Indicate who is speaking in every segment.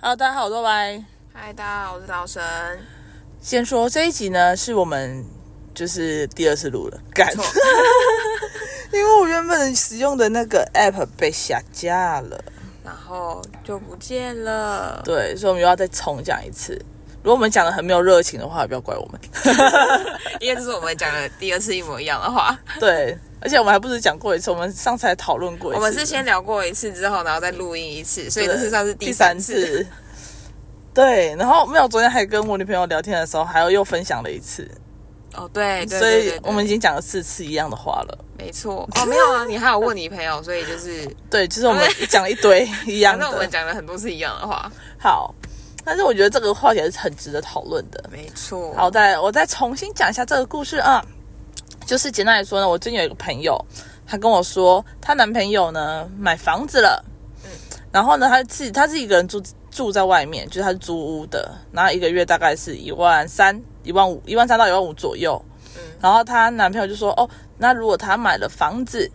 Speaker 1: Hello，大家好，我是歪。
Speaker 2: 嗨，大家好，我是老神。
Speaker 1: 先说这一集呢，是我们就是第二次录了，干
Speaker 2: 错，
Speaker 1: 因为我原本使用的那个 app 被下架了，
Speaker 2: 然后就不见了。
Speaker 1: 对，所以我们又要再重讲一次。如果我们讲的很没有热情的话，也不要怪我们。
Speaker 2: 因为这是我们讲的第二次一模一样的话。
Speaker 1: 对，而且我们还不止讲过一次，我们上次还讨论过一
Speaker 2: 我
Speaker 1: 次。
Speaker 2: 们是先聊过一次之后，然后再录音一次，所以这是算是
Speaker 1: 第
Speaker 2: 三
Speaker 1: 三。次。对，然后没有，昨天还跟我女朋友聊天的时候，还有又分享了一次，
Speaker 2: 哦，对，对
Speaker 1: 所以
Speaker 2: 对对对
Speaker 1: 我们已经讲了四次一样的话了。
Speaker 2: 没错。哦，没有啊，你还有问你朋友，所以就是
Speaker 1: 对，就是我们讲了一 堆一样
Speaker 2: 反正我们
Speaker 1: 的。
Speaker 2: 讲了很多次一样的话。
Speaker 1: 好，但是我觉得这个话题还是很值得讨论的。
Speaker 2: 没错。
Speaker 1: 好，再我再重新讲一下这个故事啊，就是简单来说呢，我最近有一个朋友，她跟我说，她男朋友呢买房子了，嗯，然后呢，她自己她自己一个人住住在外面，就是她是租屋的，然后一个月大概是一万三、一万五、一万三到一万五左右，嗯，然后她男朋友就说，哦，那如果她买了房子，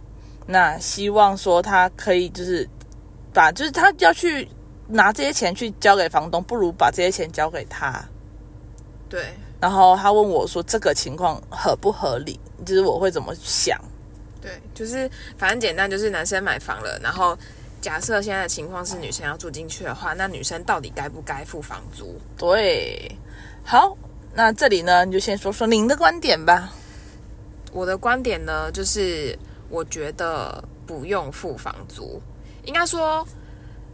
Speaker 1: 那希望说她可以就是把就是她要去拿这些钱去交给房东，不如把这些钱交给她，
Speaker 2: 对，
Speaker 1: 然后他问我说这个情况合不合理，就是我会怎么想。
Speaker 2: 对，就是反正简单，就是男生买房了，然后假设现在的情况是女生要住进去的话，那女生到底该不该付房租？
Speaker 1: 对，好，那这里呢，你就先说说您的观点吧。
Speaker 2: 我的观点呢，就是我觉得不用付房租，应该说，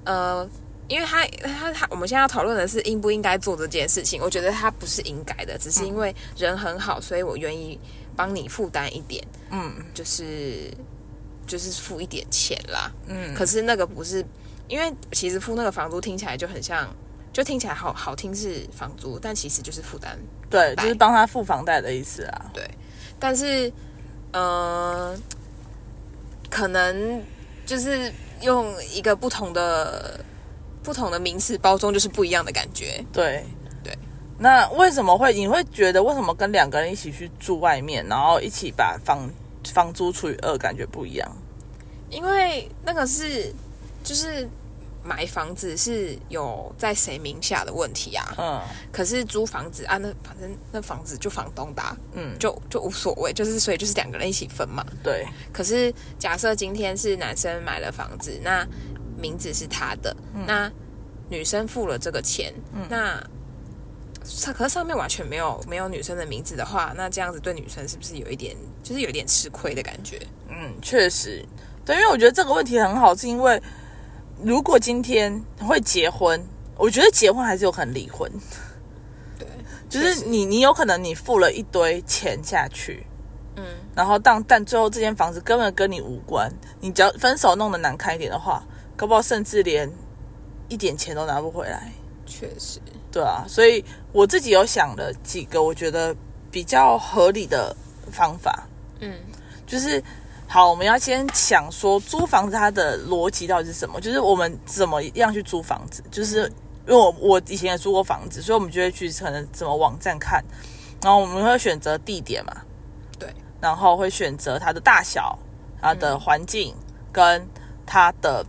Speaker 2: 呃，因为他他他，我们现在要讨论的是应不应该做这件事情。我觉得他不是应该的，只是因为人很好，所以我愿意帮你负担一点，
Speaker 1: 嗯
Speaker 2: 就是就是付一点钱啦。
Speaker 1: 嗯，
Speaker 2: 可是那个不是，因为其实付那个房租听起来就很像，就听起来好好听是房租，但其实就是负担
Speaker 1: 对，
Speaker 2: 贷
Speaker 1: 就是帮他付房贷的意思啊。
Speaker 2: 但是，呃，可能就是用一个不同的不同的名词包装，就是不一样的感觉。
Speaker 1: 对
Speaker 2: 对。
Speaker 1: 那为什么会你会觉得为什么跟两个人一起去住外面，然后一起把房房租除以二，感觉不一样？
Speaker 2: 因为那个是就是买房子是有在谁名下的问题啊，
Speaker 1: 嗯
Speaker 2: 可是租房子啊，那反正那房子就房东的啊、
Speaker 1: 嗯，
Speaker 2: 就就无所谓，就是所以就是两个人一起分嘛。
Speaker 1: 对
Speaker 2: 可是假设今天是男生买了房子，那名字是他的，
Speaker 1: 嗯
Speaker 2: 那女生付了这个钱，那上可是上面完全没有没有女生的名字的话，那这样子对女生是不是有一点就是有点吃亏的感觉？
Speaker 1: 嗯，确实，对，因为我觉得这个问题很好，是因为如果今天会结婚，我觉得结婚还是有可能离婚。
Speaker 2: 对，
Speaker 1: 就是你你有可能你付了一堆钱下去，
Speaker 2: 嗯，
Speaker 1: 然后但但最后这间房子根本跟你无关，你只要分手弄得难看一点的话，搞不好甚至连一点钱都拿不回来，
Speaker 2: 确实，
Speaker 1: 对啊，所以我自己有想了几个我觉得比较合理的方法，
Speaker 2: 嗯，
Speaker 1: 就是好，我们要先想说租房子它的逻辑到底是什么？就是我们怎么样去租房子？就是
Speaker 2: 嗯
Speaker 1: 因为我我以前也租过房子，所以我们就会去可能什么网站看，然后我们会选择地点嘛，
Speaker 2: 对，嗯
Speaker 1: 然后会选择它的大小、它的环境跟它的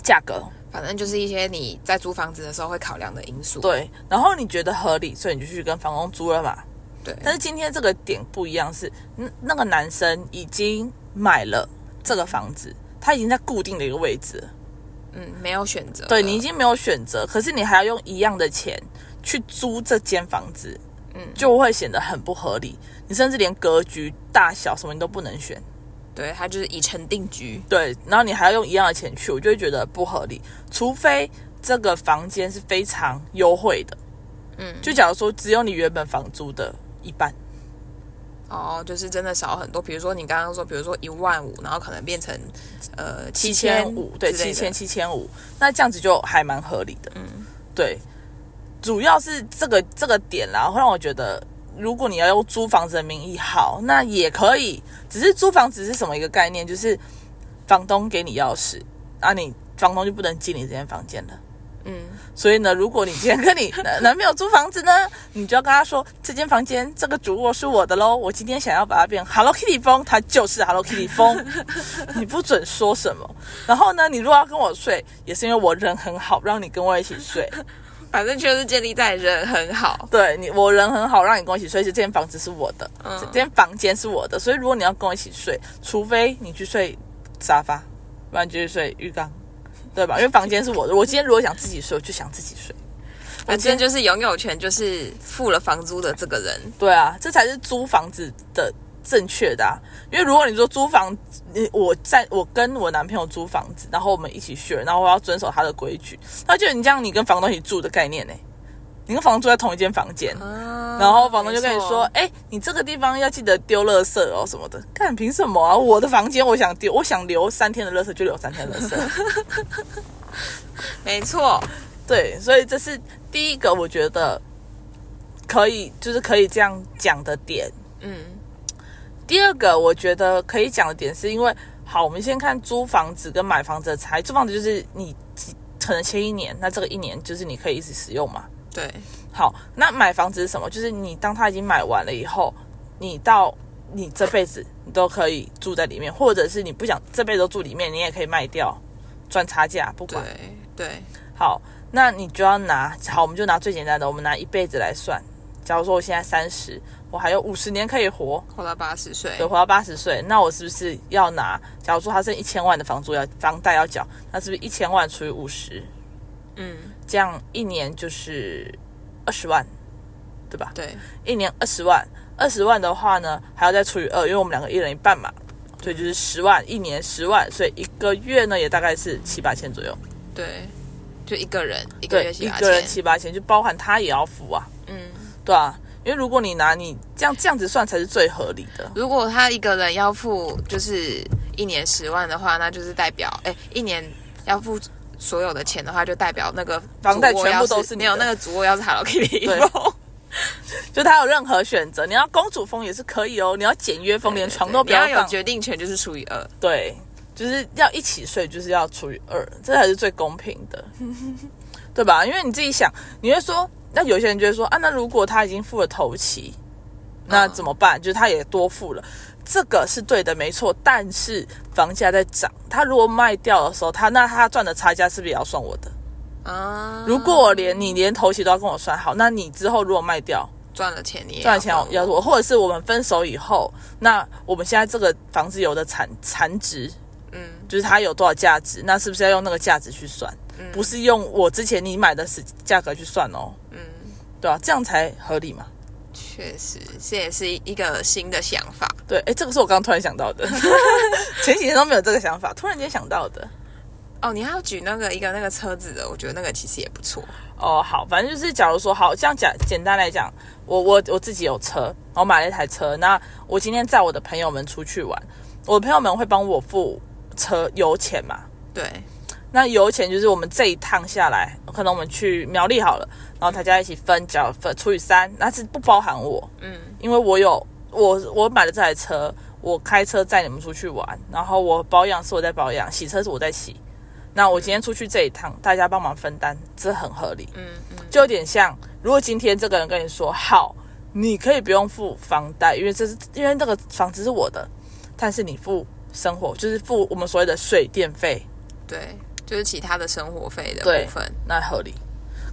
Speaker 1: 价格，
Speaker 2: 反正就是一些你在租房子的时候会考量的因素。
Speaker 1: 对，然后你觉得合理，所以你就去跟房东租了嘛。
Speaker 2: 对，
Speaker 1: 但是今天这个点不一样是，嗯那个男生已经买了这个房子，他已经在固定的一个位置了，
Speaker 2: 嗯，没有选择了。
Speaker 1: 对你已经没有选择，可是你还要用一样的钱去租这间房子，嗯
Speaker 2: 嗯，
Speaker 1: 就会显得很不合理。你甚至连格局、大小什么你都不能选，
Speaker 2: 对他就是以成定局。
Speaker 1: 对，然后你还要用一样的钱去，我就会觉得不合理。除非这个房间是非常优惠的，嗯
Speaker 2: 嗯，
Speaker 1: 就假如说只有你原本房租的一半，
Speaker 2: 哦，就是真的少很多。比如说你刚刚说，比如说一万五，然后可能变成呃七
Speaker 1: 七千
Speaker 2: 千
Speaker 1: 五，对，七千
Speaker 2: 七，
Speaker 1: 七千五，那这样子就还蛮合理的。嗯，对，主要是这个这个点啦，会让我觉得，如果你要用租房子的名义，好，那也可以。只是租房子是什么一个概念？就是房东给你钥匙，啊，你房东就不能进你这间房间了。嗯，所以呢，如果你今天跟你男男朋友租房子呢，你就要跟他说，这间房间这个主卧是我的喽，我今天想要把它变 Hello Kitty 风，它就是 Hello Kitty 风， 你不准说什么。然后呢，你如果要跟我睡，也是因为我人很好，让你跟我一起睡。
Speaker 2: 反正就是建立在人很好，
Speaker 1: 对你，我人很好，让你跟我一起睡，是这间房子是我的，这间房间是我的，所以如果你要跟我一起睡，除非你去睡沙发，不然你就去睡浴缸，对吧？因为房间是我的，我今天如果想自己睡，我就想自己睡。
Speaker 2: 反正就是拥有权就是付了房租的这个人，
Speaker 1: 对啊，这才是租房子的正确的、啊。因为如果你说租房，你我在我跟我男朋友租房子，然后我们一起 share，然后我要遵守他的规矩，那就你这样，你跟房东一起住的概念呢、欸你跟房东住在同一间房间，
Speaker 2: 嗯，
Speaker 1: 然后房东就欸跟你说
Speaker 2: 没错：“
Speaker 1: 哎、你这个地方要记得丢垃圾哦什么的。”干凭什么啊？我的房间我想丢，我想留三天的垃圾就留三天的垃圾。
Speaker 2: 没错，
Speaker 1: 对，所以这是第一个，我觉得可以就是可以这样讲的点。
Speaker 2: 嗯
Speaker 1: 第二个，我觉得可以讲的点是因为，好，我们先看租房子跟买房子的差异。租房子就是你可能签一年，那这个一年就是你可以一直使用嘛。
Speaker 2: 对，
Speaker 1: 好，那买房子是什么？就是你当它已经买完了以后，你到你这辈子你都可以住在里面，或者是你不想这辈子都住里面，你也可以卖掉赚差价，不管。
Speaker 2: 对对，
Speaker 1: 好，那你就要拿好，我们就拿最简单的，我们拿一辈子来算。假如说我现在三十，我还有五十年可以活，
Speaker 2: 活到八十岁
Speaker 1: 对，，活到八十岁，那我是不是要拿？假如说他剩一千万的房租要房贷要缴，那是不是一千万除以五十，
Speaker 2: 嗯，
Speaker 1: 这样一年就是二十万，对吧？
Speaker 2: 对，
Speaker 1: 一年二十万，二十万的话呢，还要再除以二，因为我们两个一人一半嘛，所以就是十万，一年十万，所以一个月呢也大概是七八千左右，
Speaker 2: 对，就一个人一个
Speaker 1: 对
Speaker 2: 月，七
Speaker 1: 一
Speaker 2: 八
Speaker 1: 个人
Speaker 2: 千，
Speaker 1: 七八千，就包含他也要付啊，
Speaker 2: 嗯，
Speaker 1: 对啊，因为如果你拿你这样这样子算才是最合理的，
Speaker 2: 如果他一个人要付就是一年十万的话，那就是代表哎、一年要付所有的钱的话，就代表那个
Speaker 1: 房贷
Speaker 2: 主卧要
Speaker 1: 全部都
Speaker 2: 是
Speaker 1: 是你的
Speaker 2: 没有那个主卧要是 Hello Kitty
Speaker 1: 对
Speaker 2: 风
Speaker 1: 就他有任何选择，你要公主风也是可以哦，你要简约风，连 床都不
Speaker 2: 你要有
Speaker 1: 放，
Speaker 2: 决定权，就是除以二。
Speaker 1: 对，就是要一起睡，就是要除以二，这才是最公平 的，对吧？因为你自己想，你会说，那有些人就会说啊，那如果他已经付了头期，
Speaker 2: 嗯
Speaker 1: 那怎么办？就是他也多付了，这个是对的，没错。但是房价在涨，他如果卖掉的时候，他那他赚的差价是不是也要算我的？
Speaker 2: 啊，
Speaker 1: 如果我连你连头期都要跟我算好，那你之后如果卖掉，
Speaker 2: 赚了钱，你也
Speaker 1: 赚的钱
Speaker 2: 还我哦
Speaker 1: 要我，或者是我们分手以后，那我们现在这个房子有的产残值，
Speaker 2: 嗯，
Speaker 1: 就是它有多少价值，那是不是要用那个价值去算？不是用我之前你买的时价格去算哦，
Speaker 2: 嗯，
Speaker 1: 对啊，这样才合理嘛。
Speaker 2: 确实，这也是一个新的想法。
Speaker 1: 对，哎，这个是我刚刚突然想到的， 前几天都没有这个想法，突然间想到的。
Speaker 2: 哦，你还要举那个一个那个车子的，我觉得那个其实也不错。
Speaker 1: 哦，好，反正就是，假如说好，这样讲，简单来讲，我我我自己有车，我买了一台车，那我今天载我的朋友们出去玩，我的朋友们会帮我付车油钱嘛？
Speaker 2: 对，
Speaker 1: 那油钱就是我们这一趟下来，可能我们去苗栗好了，然后大家一起分，缴分除以三，那是不包含我，
Speaker 2: 嗯，
Speaker 1: 因为我有我我买了这台车，我开车载你们出去玩，然后我保养是我在保养，洗车是我在洗。那我今天出去这一趟，大家帮忙分担，这很合理。
Speaker 2: 嗯嗯，
Speaker 1: 就有点像，如果今天这个人跟你说好，你可以不用付房贷，因为这是因为那个房子是我的，但是你付生活，就是付我们所谓的水电费，
Speaker 2: 对，就是其他的生活费的
Speaker 1: 对
Speaker 2: 部分。
Speaker 1: 那合理。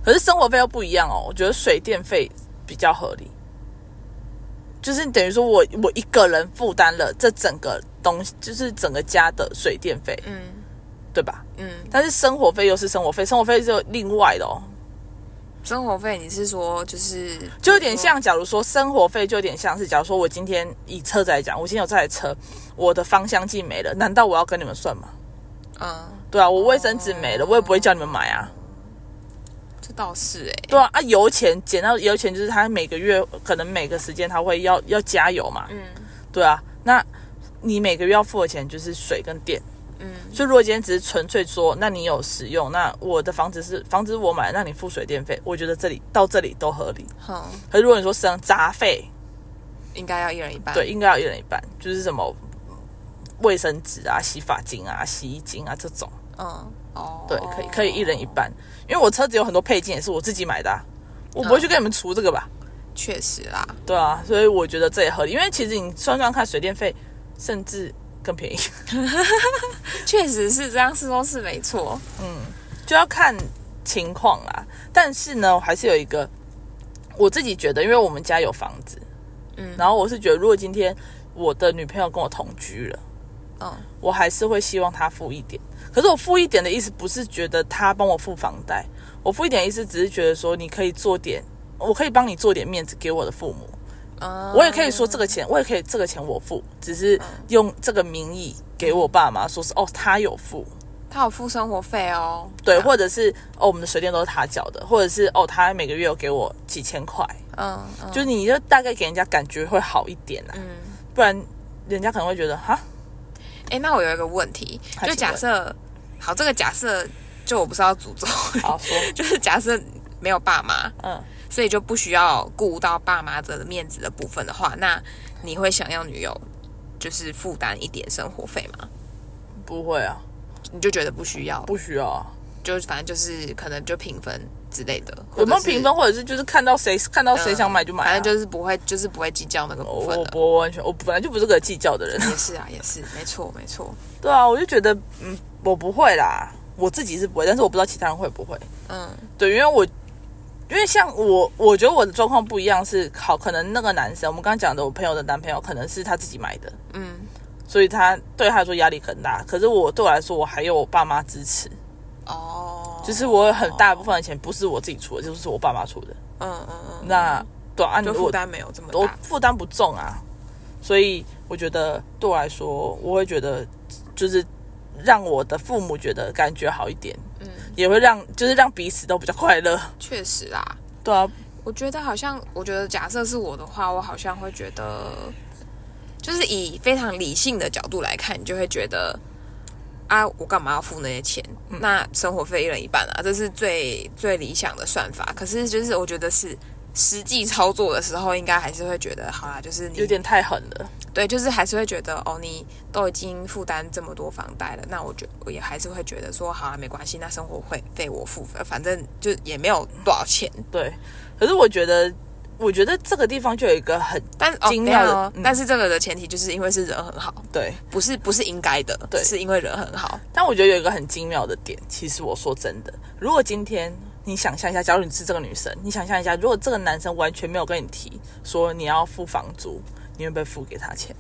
Speaker 1: 可是生活费又不一样哦，我觉得水电费比较合理，就是等于说我我一个人负担了这整个东西，就是整个家的水电费，
Speaker 2: 嗯
Speaker 1: 对吧？
Speaker 2: 嗯，
Speaker 1: 但是生活费又是生活费，生活费是有另外的哦，
Speaker 2: 生活费你是说就是
Speaker 1: 就有点像，假如说生活费就有点像是，假如说我今天以车子来讲，我今天有这台车，我的芳香剂没了，难道我要跟你们算吗？
Speaker 2: 嗯，
Speaker 1: 对啊，我卫生纸没
Speaker 2: 哦
Speaker 1: 了，我也不会叫你们买啊。
Speaker 2: 这倒是哎、
Speaker 1: 对啊，啊油钱减到油钱就是他每个月可能每个时间他会要要加油嘛，
Speaker 2: 嗯
Speaker 1: 对啊，那你每个月要付的钱就是水跟电，
Speaker 2: 嗯
Speaker 1: 所以如果今天只是纯粹说，那你有使用，那我的房子是房子是我买，那你付水电费，我觉得这里到这里都合理。
Speaker 2: 哼，
Speaker 1: 可是如果你说生杂费，
Speaker 2: 应该要一人一半。
Speaker 1: 对，，应该要一人一半，就是什么卫生纸啊、洗发精啊、洗衣精啊这种，
Speaker 2: 嗯，哦，
Speaker 1: 对，可以可以一人一半，因为我车子有很多配件也是我自己买的、啊，我
Speaker 2: 嗯
Speaker 1: 不会去跟你们除这个吧？
Speaker 2: 确实啦，
Speaker 1: 对啊，所以我觉得这也合理，因为其实你算算看，水电费甚至更便宜，
Speaker 2: 确实是这样，是说是没错。
Speaker 1: 就要看情况啦。但是呢，我还是有一个我自己觉得，因为我们家有房子，嗯，然后我是觉得，如果今天我的女朋友跟我同居了，
Speaker 2: 嗯，
Speaker 1: 我还是会希望她付一点。可是我付一点的意思不是觉得她帮我付房贷，我付一点的意思只是觉得说你可以做点，我可以帮你做点面子给我的父母。
Speaker 2: 嗯，
Speaker 1: 我也可以说这个钱，我也可以这个钱我付，只是用这个名义给我爸妈说是哦，他有付，
Speaker 2: 他有付生活费哦。
Speaker 1: 对，或者是哦，我们的水电都是他缴的，或者是哦，他每个月有给我几千块，
Speaker 2: 嗯嗯
Speaker 1: 就是你就大概给人家感觉会好一点啊，
Speaker 2: 嗯。
Speaker 1: 不然人家可能会觉得哈，
Speaker 2: 哎，那我有一个问题，
Speaker 1: 好
Speaker 2: 就
Speaker 1: 请
Speaker 2: 假
Speaker 1: 问
Speaker 2: 设，好，这个假设就我不是要诅咒，
Speaker 1: 好说，
Speaker 2: 就是假设没有爸妈，
Speaker 1: 嗯，
Speaker 2: 所以就不需要顾到爸妈的面子的部分的话，那你会想要女友就是负担一点生活费吗？
Speaker 1: 不会啊，
Speaker 2: 你就觉得不需要，
Speaker 1: 不需要啊，
Speaker 2: 就反正就是可能就平分之类的，
Speaker 1: 有没有
Speaker 2: 或者是嗯
Speaker 1: 平分，？或者是就是看到谁看到谁想买就买啊、
Speaker 2: 反正就是不会，就是不会计较那个
Speaker 1: 我
Speaker 2: 部分
Speaker 1: 我
Speaker 2: 的。
Speaker 1: 我完全我本来就不是个计较的人，
Speaker 2: 也是啊，也是，没错，没错。
Speaker 1: 对啊，我就觉得嗯，我不会啦，我自己是不会，但是我不知道其他人会不会。
Speaker 2: 嗯
Speaker 1: 对，因为我因为像我，我觉得我的状况不一样是，好，可能那个男生，我们刚刚讲的，我朋友的男朋友，可能是他自己买的，
Speaker 2: 嗯，
Speaker 1: 所以他对他来说压力很大。可是我对我来说，我还有我爸妈支持，
Speaker 2: 哦，
Speaker 1: 就是我有很大部分的钱不是我自己出的，就是我爸妈出的。
Speaker 2: 嗯嗯嗯，
Speaker 1: 那对啊，
Speaker 2: 就
Speaker 1: 我
Speaker 2: 负担没有这么
Speaker 1: 我
Speaker 2: 大。
Speaker 1: 负担不重啊，所以我觉得对我来说，我会觉得就是让我的父母觉得感觉好一点，嗯，也会让就是让彼此都比较快乐。
Speaker 2: 确实啊，
Speaker 1: 对啊，
Speaker 2: 我觉得好像，我觉得假设是我的话，我好像会觉得，就是以非常理性的角度来看，你就会觉得，啊，我干嘛要付那些钱？
Speaker 1: 嗯
Speaker 2: 那生活费一人一半啊，这是最最理想的算法。可是就是我觉得是实际操作的时候，应该还是会觉得，好啦，就是你
Speaker 1: 有点太狠了。
Speaker 2: 对，就是还是会觉得哦，你都已经负担这么多房贷了，那我觉我也还是会觉得说，好啊，没关系，那生活费费我付，反正就也没有多少钱。
Speaker 1: 对，可是我觉得，我觉得这个地方就有一个很
Speaker 2: 但哦，
Speaker 1: 惊
Speaker 2: 等一下
Speaker 1: 讶的
Speaker 2: 哦
Speaker 1: 嗯
Speaker 2: 但是这个的前提就是因为是人很好，
Speaker 1: 对，
Speaker 2: 不是不是应该的，
Speaker 1: 对
Speaker 2: 只是因为人很好。
Speaker 1: 但我觉得有一个很精妙的点。其实我说真的，如果今天你想象一下，假如你是这个女生，你想象一下，如果这个男生完全没有跟你提说你要付房租，你会不会付给他钱？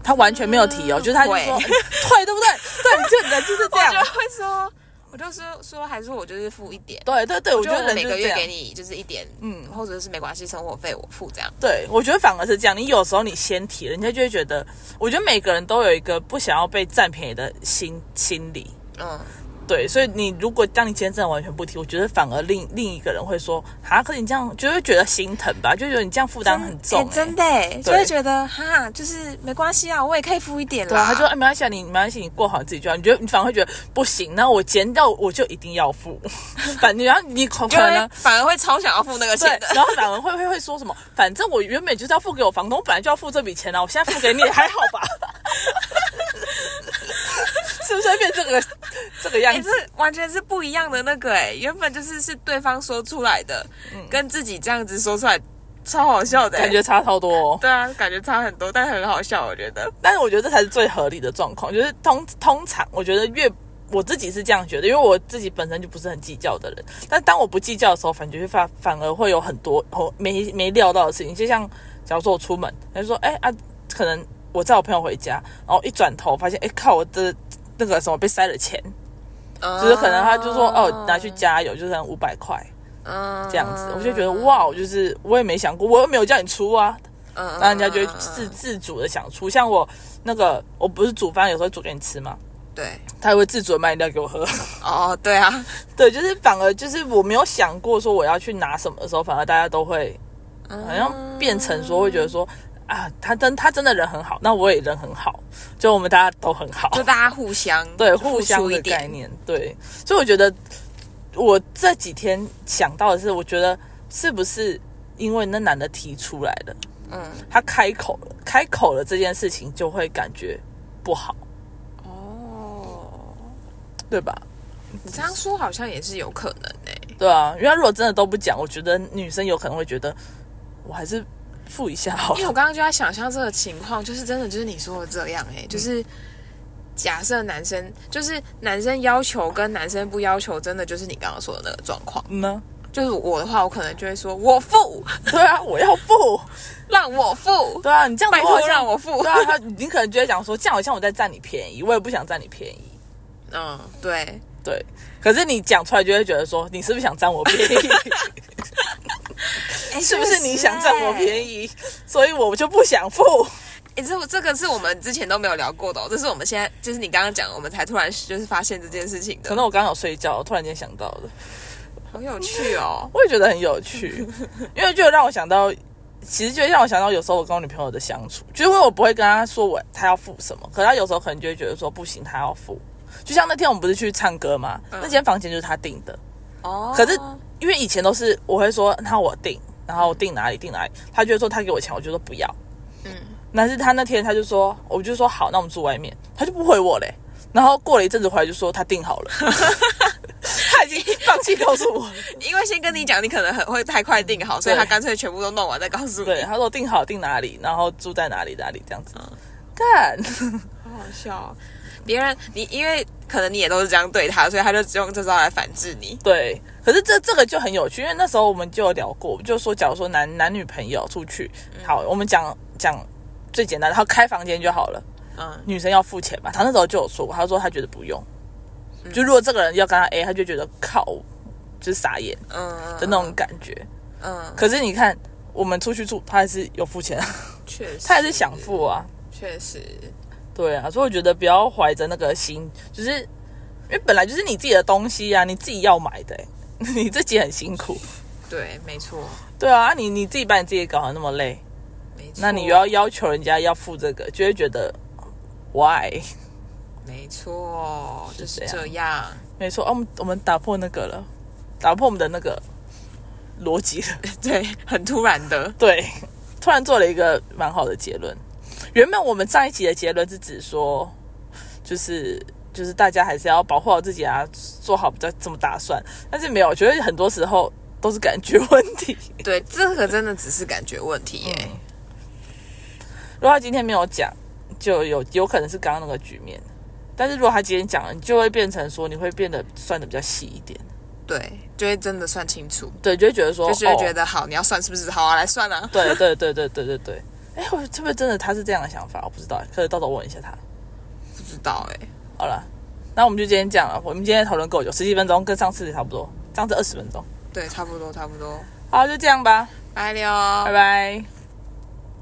Speaker 1: 他完全没有提哦，就是他就说，
Speaker 2: 会
Speaker 1: 对对不对？对，你就人就是这
Speaker 2: 我 就
Speaker 1: 样。
Speaker 2: 会说，我就说说，还是我就是付一点，
Speaker 1: 对对对，我觉
Speaker 2: 就
Speaker 1: 得
Speaker 2: 我
Speaker 1: 人
Speaker 2: 每
Speaker 1: 就是
Speaker 2: 个
Speaker 1: 这
Speaker 2: 月
Speaker 1: 样
Speaker 2: 给。你就是一点，嗯，或者是没关系，生活费我付这样。
Speaker 1: 对，我觉得反而是这样。你有时候你先提，人家就会觉得，我觉得每个人都有一个不想要被占便宜的心心理。
Speaker 2: 嗯，
Speaker 1: 对，所以你如果当你今天真的完全不提，我觉得反而另另一个人会说，啊，可是你这样就会觉得心疼吧，就觉得你这样负担很重、
Speaker 2: 哎真
Speaker 1: 的。
Speaker 2: 的欸，就
Speaker 1: 对
Speaker 2: 会觉得哈，就是没关系啊，我也可以付一点啦。
Speaker 1: 对啊，他就说、哎、没关系啊，你没关系，你过好自己就好。你觉得你反而会觉得不行，那我捡到我就一定要付，反正然后你可
Speaker 2: 就
Speaker 1: 可能
Speaker 2: 会反而会超想要付那个
Speaker 1: 对
Speaker 2: 钱的，。
Speaker 1: 然后反而会会会说什么，反正我原本就是要付给我房 东，我本来就要付这笔钱啊，我现在付给你还好吧？ 是不是会变这个这 个样
Speaker 2: 哎、
Speaker 1: 子？
Speaker 2: 这完全是不一样的那个哎、原本就是是对方说出来的，跟自己这样子说出来，超好笑的、
Speaker 1: 嗯
Speaker 2: 哎
Speaker 1: 感觉差超多哦。
Speaker 2: 对啊，感觉差很多，但很好笑，我觉得。
Speaker 1: 但是我觉得这才是最合理的状况，就是通通常我觉得越我自己是这样觉得，因为我自己本身就不是很计较的人。但当我不计较的时候，反觉反反而会有很多哦没没料到的事情。就像假如说我出门，他就说哎啊，可能我载我朋友回家，然后一转头发现哎靠，我的那个什么被塞了钱，
Speaker 2: 呃
Speaker 1: 就是可能他就说哦拿去加油，就是五百块
Speaker 2: 嗯
Speaker 1: 这样子，我就觉得哇，我就是我也没想过，我又没有叫你出啊，
Speaker 2: 嗯
Speaker 1: 那人家就会自自主的想出。像我那个，我不是煮饭有时候煮给你吃嘛，
Speaker 2: 对
Speaker 1: 他也会自主的买饮料给我喝。
Speaker 2: 哦，对啊，
Speaker 1: 对，就是反而就是我没有想过说我要去拿什么的时候，反而大家都会好
Speaker 2: 好
Speaker 1: 像变成说会觉得说啊，他真他真的人很好，那我也人很好，就我们大家都很好，
Speaker 2: 就大家互相
Speaker 1: 对
Speaker 2: 付出
Speaker 1: 互相
Speaker 2: 一
Speaker 1: 的
Speaker 2: 点
Speaker 1: 概念。对，所以我觉得我这几天想到的是，我觉得是不是因为那男的提出来的，
Speaker 2: 嗯
Speaker 1: 他开口了，开口了这件事情就会感觉不好。
Speaker 2: 哦，
Speaker 1: 对吧？
Speaker 2: 你这样说好像也是有可能哎、
Speaker 1: 对啊，因为他如果真的都不讲，我觉得女生有可能会觉得我还是付一下好
Speaker 2: 因为
Speaker 1: 了。
Speaker 2: 我刚刚就在想象这个情况，就是真的就是你说的这样哎、就是假设男生就是男生要求跟男生不要求，真的就是你刚刚说的那个状况。
Speaker 1: 嗯呢？
Speaker 2: 就是我的话，我可能就会说我付，
Speaker 1: 对啊，我要付。
Speaker 2: 让我付，
Speaker 1: 对啊，你这样子
Speaker 2: 拜
Speaker 1: 我好
Speaker 2: 托
Speaker 1: 像
Speaker 2: 让我付
Speaker 1: 对。啊，他你可能就会讲说，这样好像我在占你便宜，我也不想占你便宜。
Speaker 2: 嗯，对，
Speaker 1: 对，可是你讲出来就会觉得说，你是不是想占我便宜？
Speaker 2: 哎
Speaker 1: 是不是你想占我
Speaker 2: 宜？
Speaker 1: 便宜，所以我就不想付？
Speaker 2: 哎、这这个是我们之前都没有聊过的、哦，这是我们现在就是你刚刚讲，我们才突然就是发现这件事情
Speaker 1: 可
Speaker 2: 的，
Speaker 1: 能我刚刚有睡觉，我突然间想到的，
Speaker 2: 好有趣 哦。
Speaker 1: 我也觉得很有趣，因为就让我想到，其实就让我想到有时候我跟我女朋友的相处，就是因为我不会跟她说我她要付什么，可她有时候可能就会觉得说不行，她要付。就像那天我们不是去唱歌嘛，那间房间就是她订的，
Speaker 2: 哦，
Speaker 1: 可是因为以前都是我会说那我订，然后我订哪里订哪里，他就会说他给我钱，我就说不要。嗯
Speaker 2: 嗯，
Speaker 1: 但是他那天他就说，我就说好，那我们住外面，他就不回我嘞。然后过了一阵子回来就说他订好了，他已经放弃告诉我了。
Speaker 2: 因为先跟你讲，你可能很会太快定好，所以
Speaker 1: 对
Speaker 2: 他干脆全部都弄完再告诉你。
Speaker 1: 对，他说订好订哪里，然后住在哪里哪里这样子。干，
Speaker 2: 好好笑、哦。别人你因为可能你也都是这样对他，所以他就只用这招来反制你。
Speaker 1: 对，可是这这个就很有趣，因为那时候我们就有聊过，我们就说假如说男男女朋友出去，好，我们讲讲最简单的，然后开房间就好了。
Speaker 2: 嗯，
Speaker 1: 女生要付钱嘛，他那时候就有说过，他说他觉得不用，
Speaker 2: 嗯
Speaker 1: 就如果这个人要跟他 A，他就觉得靠，就是傻眼
Speaker 2: 嗯
Speaker 1: 的那种感觉。
Speaker 2: 嗯，
Speaker 1: 可是你看，我们出去住，他还是有付钱，啊
Speaker 2: 确实，
Speaker 1: 他还是想，付啊，
Speaker 2: 确实，
Speaker 1: 对啊，所以我觉得不要怀着那个心，就是因为本来就是你自己的东西啊，你自己要买的、欸 你自己很辛苦，
Speaker 2: 对，没错，
Speaker 1: 对啊，啊你你自己把你自己搞得那么累，
Speaker 2: 没错。
Speaker 1: 那你又要要求人家要付这个，就会觉得 why？
Speaker 2: 没错，就是
Speaker 1: 这
Speaker 2: 这样。
Speaker 1: 没错，啊，我们我们打破那个了，打破我们的那个逻辑了。
Speaker 2: 对，很突然的。
Speaker 1: 对，突然做了一个蛮好的结论。原本我们上一集的结论是指说，就是就是大家还是要保护好自己啊，做好比较这么打算。但是没有，我觉得很多时候都是感觉问题。
Speaker 2: 对，这个真的只是感觉问题耶。
Speaker 1: 嗯如果他今天没有讲，就有有可能是刚刚那个局面。但是如果他今天讲了，你就会变成说，你会变得算的比较细一点。
Speaker 2: 对，就会真的算清楚，
Speaker 1: 对，就会觉得说，
Speaker 2: 就是会
Speaker 1: 哦
Speaker 2: 觉得、好，你要算是不是？好啊，来算啊。
Speaker 1: 对对对对对对对。哎，我是不是真的他是这样的想法？我不知道，可以到时候问一下他。
Speaker 2: 不知道哎、
Speaker 1: 好了，那我们就今天这样了。我们今天讨论够久，十几分钟，跟上次差不多，上次二十分钟。
Speaker 2: 对，差不多，差不多。
Speaker 1: 好，就这样吧，
Speaker 2: 拜了，
Speaker 1: 拜拜。